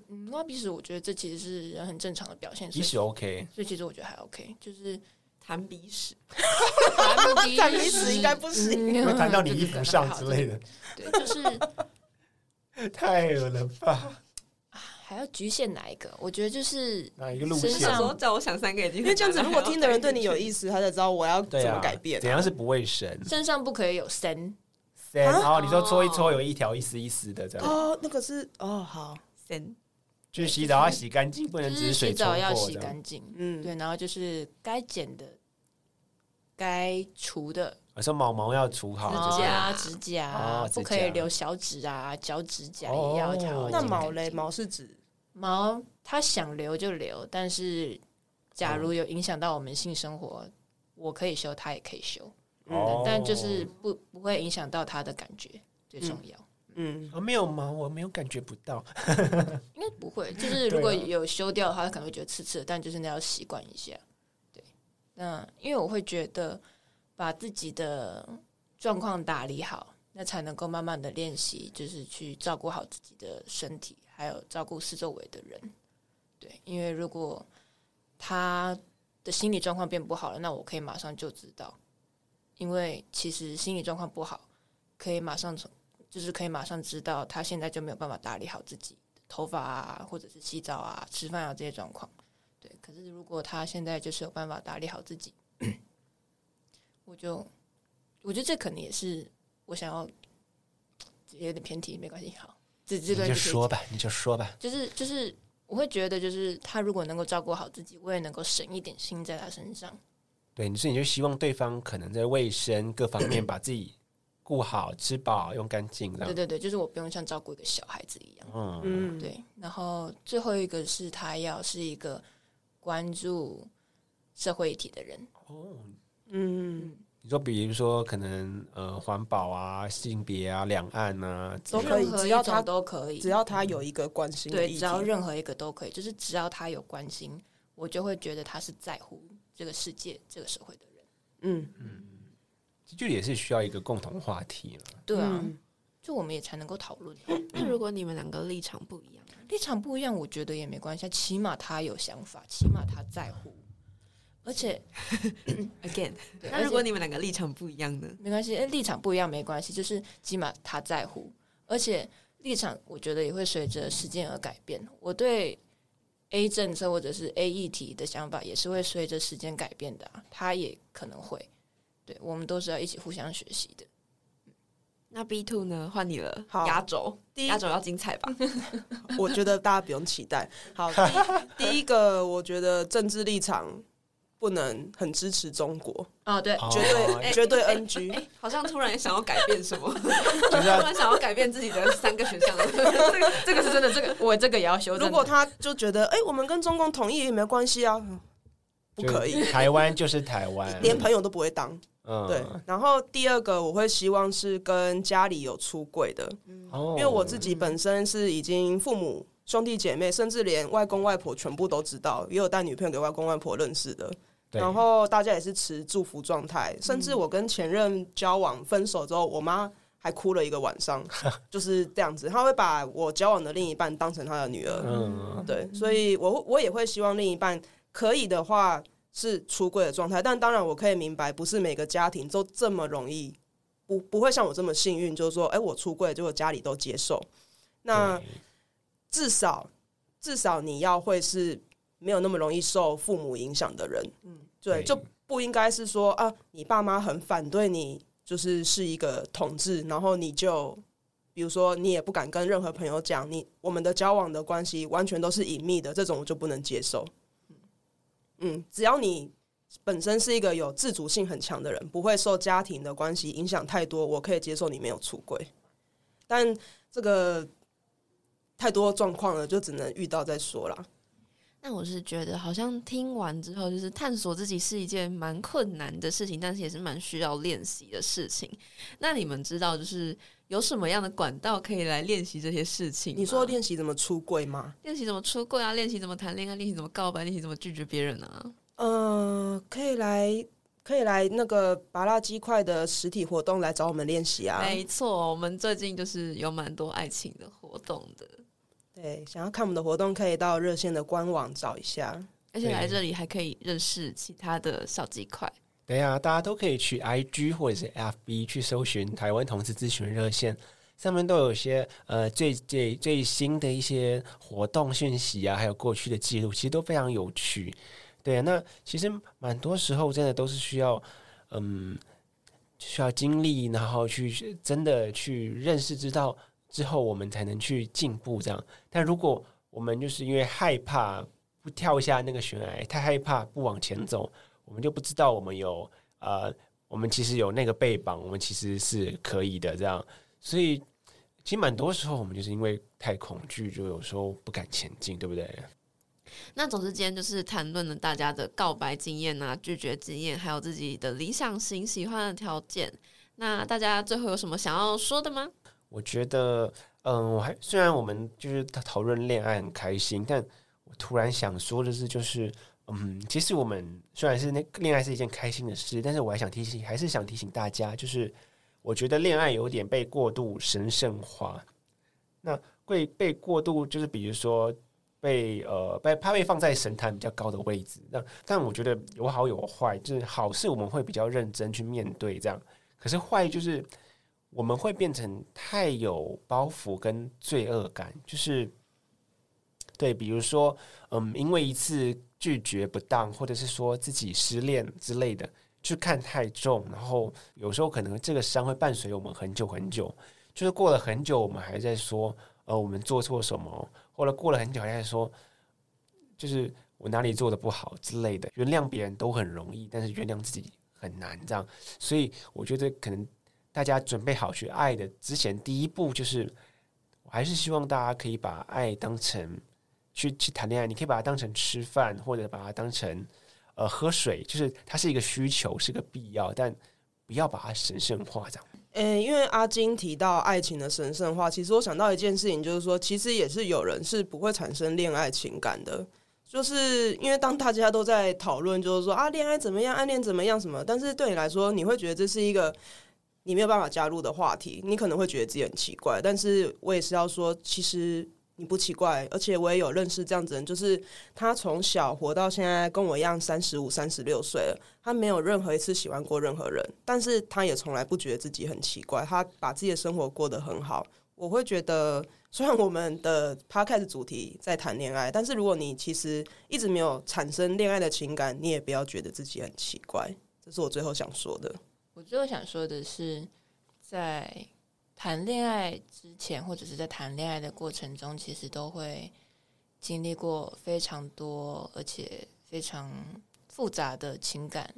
S7: 嗯，挖鼻屎，我觉得这其实是人很正常的表现。
S9: 鼻
S7: 所以
S9: 屎
S7: [LAUGHS]
S9: OK。
S7: 所以其实我觉得还 OK，就是
S1: 弹
S8: [LAUGHS]
S1: 鼻屎，
S7: 弹
S8: 看鼻屎应该不行。
S9: 嗯会谈到你衣服上之类的。
S7: [LAUGHS] 对，就是
S9: 太恶了吧？
S7: 还要局限哪一个？我觉得就是
S9: 哪一个路
S7: 身
S9: 线？
S7: 上
S3: 我叫我想三个已经很难了，
S8: 因为这样子，如果听的人对你有
S3: 思，
S8: 意思，他才知道我要
S9: 对
S8: 怎
S9: 啊
S8: 么，改变
S9: 怎。样是不卫生？
S7: 身上不可以有三，
S9: 然后你说搓一
S7: 哦
S9: 搓，有一条一丝一丝的这样，
S8: 哦，那个是哦，好，
S9: 就是洗澡要洗干净，不
S7: 就
S9: 能只
S7: 是洗
S9: 水冲
S7: 澡要
S9: 过
S7: 洗
S9: 这样。
S7: 干净，
S8: 嗯，
S7: 对，然后就是该剪的、该除的
S9: 我说毛毛要除好，
S7: 指
S9: 就是
S7: 甲啊、指甲啊
S9: 哦，
S7: 不可以
S9: 指甲
S7: 留小指啊、脚指甲
S9: 哦
S7: 也要挑。
S8: 那毛嘞，毛是指
S7: 毛他想留就留，但是假如有影响到我们性生活，我可以修，他也可以修，
S9: 哦
S7: 嗯但就是不不会影响到他的感觉最重要。
S8: 嗯，
S9: 啊没有毛，我没有感觉不到。
S7: 应该不会，就是如果有修掉的话，他可能会觉得刺刺的，但就是那要习惯一下。对，那因为我会觉得把自己的状况打理好，那才能够慢慢的练习，就是去照顾好自己的身体，还有照顾四周围的人。对，因为如果他的心理状况变不好了，那我可以马上就知道，因为其实心理状况不好，可以马上从就是可以马上知道他现在就没有办法打理好自己。头发啊，或者是洗澡啊、吃饭啊这些状况。对，可是如果他现在就是有办法打理好自己，我就我觉得这可能也是我想要，有点偏题，没关系，好，这这
S9: 你
S7: 段
S9: 就
S7: 可以
S9: 说吧，你就说吧。
S7: 就是就是，我会觉得就是他如果能够照顾好自己，我也能够省一点心在他身上。
S9: 对，你说你就希望对方可能在卫生各方
S7: [CLEARS THROAT]
S9: 面把自己顾好、吃饱、用干净这
S7: 对
S9: 样。
S7: 对对，就是我不用像照顾一个小孩子一样。
S9: 嗯，
S8: 嗯，，
S7: 对，然后最后一个是他要是一个关注社会议题的人。
S8: 嗯，
S9: 你说比如说可能呃环保啊、性别啊、两岸啊，
S8: 都可以
S7: 任，何
S8: 只
S7: 一
S8: 要
S7: 种
S8: 他
S7: 都可以，
S8: 只要他有一个关心的
S7: 对，
S8: 意
S7: 只要
S8: 见，
S7: 任何一个都可以，就是只要他有关心，我就会觉得他是在乎这个世界、这个社会的人。
S8: 嗯，
S9: 就也是需要一个共同话题了。
S7: 对啊，
S8: 嗯
S7: 就我们也才能够讨论
S1: 那如果你们两个立场不一样，
S7: 立场不一样，我觉得也没关系，起码他有想法，起码他在乎，而且
S3: again。
S7: 对而
S3: 那
S7: 且
S3: 如果你们两个立场不一样呢？
S7: 没关系，哎立场不一样没关系，就是起码他在乎，而且立场我觉得也会随着时间而改变。我对 A 政策或者是 A 议题的想法也是会随着时间改变的、啊，他也可能会。对，我们都是要一起互相学习的。
S3: 那 B two 呢？换你了，
S8: 好
S3: 压轴，
S8: 第一
S3: 压轴要精彩
S1: [LAUGHS]
S3: 吧？
S8: 我觉得大家不用期待。好，第一第一个，我觉得政治立场不能很支持中国，
S7: 哦，对，
S9: 哦
S8: 绝对绝对 NG。
S3: 哎，好像突然想要改变
S1: [LAUGHS]
S3: 什么，
S9: 就是
S3: 突
S9: 要
S3: 然想要改变自己的三个选项了。 [LAUGHS] 这个
S7: 这个是真的，这个我这个也要修正。
S8: 如果他就觉得，哎、我们跟中共统一也没关系啊，不可以
S9: 就，台湾就是台湾，
S8: 连朋友都不会当。
S9: 嗯
S8: 对，然后第二个我会希望是跟家里有出柜的，
S9: 哦
S8: 因为我自己本身是已经父母、兄弟姐妹，甚至连外公外婆全部都知道，也有带女朋友给外公外婆认识的。
S9: 对嗯
S8: 然后大家也是持祝福状态，甚至我跟前任交往分手之后，我妈还哭了一个晚
S9: [LAUGHS]
S8: 上，就是这样子。她会把我交往的另一半当成她的女儿，
S9: 嗯
S8: 对，所以我我也会希望另一半可以的话是出柜的状态，但当然我可以明白，不是每个家庭都这么容易，不不会像我这么幸运，就是说，哎、我出柜，结果家里都接受。那
S9: 对
S8: 至少至少你要会是没有那么容易受父母影响的人，嗯，对，
S9: 对
S8: 就不应该是说啊，你爸妈很反对你，就是是一个统治，然后你就。比如说，你也不敢跟任何朋友讲，你我们的交往的关系完全都是隐秘的，这种我就不能接受。嗯，只要你本身是一个有自主性很强的人，不会受家庭的关系影响太多，我可以接受你没有出轨。但这个太多状况了，就只能遇到再说啦。
S1: 那我是觉得好像听完之后，就是探索自己是一件蛮困难的事情，但是也是蛮需要练习的事情。那你们知道就是有什么样的管道可以来练习这些事情吗？
S8: 你说练习怎么出柜吗？
S1: 练习怎么出柜啊，练习怎么谈恋爱，练习怎么告白，练习怎么拒绝别人啊？
S8: 嗯、可以来，可以来那个拔蜡鸡块的实体活动来找我们练习啊。
S1: 没错，我们最近就是有蛮多爱情的活动的，
S8: 对，想要看我们的活动，可以到热线的官网找一下。
S1: 而且来这里还可以认识其他的小鸡块。
S9: 对呀、大家都可以去 IG 或者是 FB 去搜寻台湾同志咨询热线，上面都有一些呃最最最新的一些活动讯息啊，还有过去的记录，其实都非常有趣。对，啊那其实蛮多时候真的都是需要，嗯，需要经历，然后去真的去认识、知道之后，我们才能去进步。这样，但如果我们就是因为害怕不跳下那个悬崖，太害怕不往前走，我们就不知道我们有呃，我们其实有那个背膀，我们其实是可以的。这样，所以其实蛮多时候我们就是因为太恐惧，就有时候不敢前进，对不对？
S1: 那总之，今天就是谈论了大家的告白经验啊、拒绝经验，还有自己的理想型、喜欢的条件。那大家最后有什么想要说的吗？
S9: 我觉得，嗯，我还虽然我们就是讨论恋爱很开心，但我突然想说的是，就是，嗯，其实我们虽然是那恋爱是一件开心的事，但是我还想提醒，还是想提醒大家，就是我觉得恋爱有点被过度神圣化，那会被过度就是比如说被呃被怕被放在神坛比较高的位置，那但我觉得有好有坏，就是好是我们会比较认真去面对这样，可是坏就是。我们会变成太有包袱跟罪恶感，就是对，比如说，嗯，因为一次拒绝不当，或者是说嗯自己失恋之类的，去看太重，然后有时候可能这个伤会伴随我们很久很久，就是过了很久，我们还在说，呃，我们做错什么，或者过了很久还在说，就是我哪里做的不好之类的。原谅别人都很容易，但是原谅自己很难，这样，所以我觉得可能。大家准备好去爱的之前，第一步就是，我还是希望大家可以把爱当成去去谈恋爱，你可以把它当成吃饭，或者把它当成呃喝水，就是它是一个需求，是个必要，但不要把它神圣化这样。
S8: 诶、因为阿金提到爱情的神圣化，其实我想到一件事情，就是说，其实也是有人是不会产生恋爱情感的，就是因为当大家都在讨论，就是说啊，恋爱怎么样，暗恋怎么样什么，但是对你来说，你会觉得这是一个你没有办法加入的话题，你可能会觉得自己很奇怪，但是我也是要说，其实你不奇怪，而且我也有认识这样子的人，就是他从小活到现在，跟我一样三十五、三十六岁了，他没有任何一次喜欢过任何人，但是他也从来不觉得自己很奇怪，他把自己的生活过得很好。我会觉得，虽然我们的 podcast 主题在谈恋爱，但是如果你其实一直没有产生恋爱的情感，你也不要觉得自己很奇怪。这是我最后想说的。
S7: 我最后想说的是，在谈恋爱之前，或者是在谈恋爱的过程中，其实都会经历过非常多而且非常复杂的情感。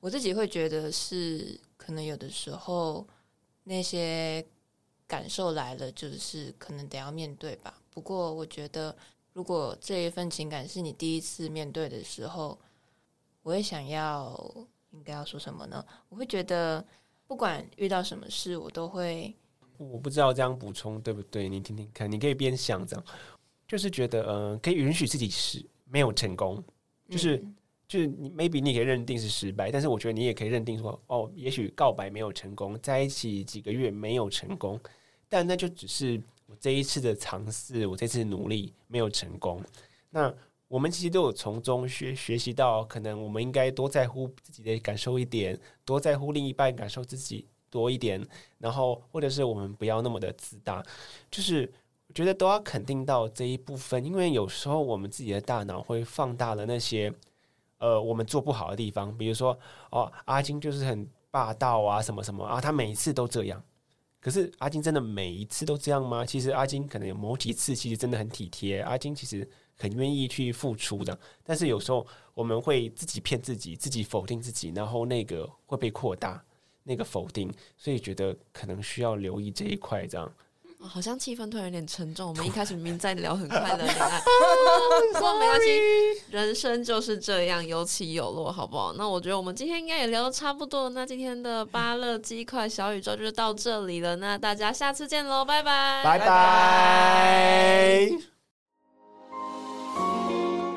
S7: 我自己会觉得是，可能有的时候那些感受来了，就是可能得要面对吧。不过，我觉得如果这一份情感是你第一次面对的时候，我也想要应该要说什么呢？我会觉得，不管遇到什么事，我都会
S9: 我不知道这样补充对不对，你听听看，你可以边想这样，就是觉得呃，可以允许自己是没有成功，就是
S7: 嗯
S9: 就是你 maybe 你也可以认定是失败，但是我觉得你也可以认定说，哦，也许告白没有成功，在一起几个月没有成功，但那就只是我这一次的尝试，我这次努力没有成功。那我们其实都有从中学学习到，可能我们应该多在乎自己的感受一点，多在乎另一半感受自己多一点，然后或者是我们不要那么的自大，就是我觉得都要肯定到这一部分，因为有时候我们自己的大脑会放大了那些呃我们做不好的地方，比如说哦阿金就是很霸道啊什么什么啊，他每一次都这样。可是阿金真的每一次都这样吗？其实阿金可能有某几次其实真的很体贴，阿金其实很愿意去付出的。但是有时候我们会自己骗自己，自己否定自己，然后那个会被扩大，那个否定，所以觉得可能需要留意这一块这样。
S1: 哦好像气氛突然有点沉重。我们一开始明明在聊很快乐的恋 [LAUGHS] 爱，不 [LAUGHS] 过没关系，人生就是这样，有起有落，好不好？那我觉得我们今天应该也聊的差不多了。那今天的巴乐鸡块小宇宙就到这里了。那大家下次见喽，拜拜，
S9: 拜拜。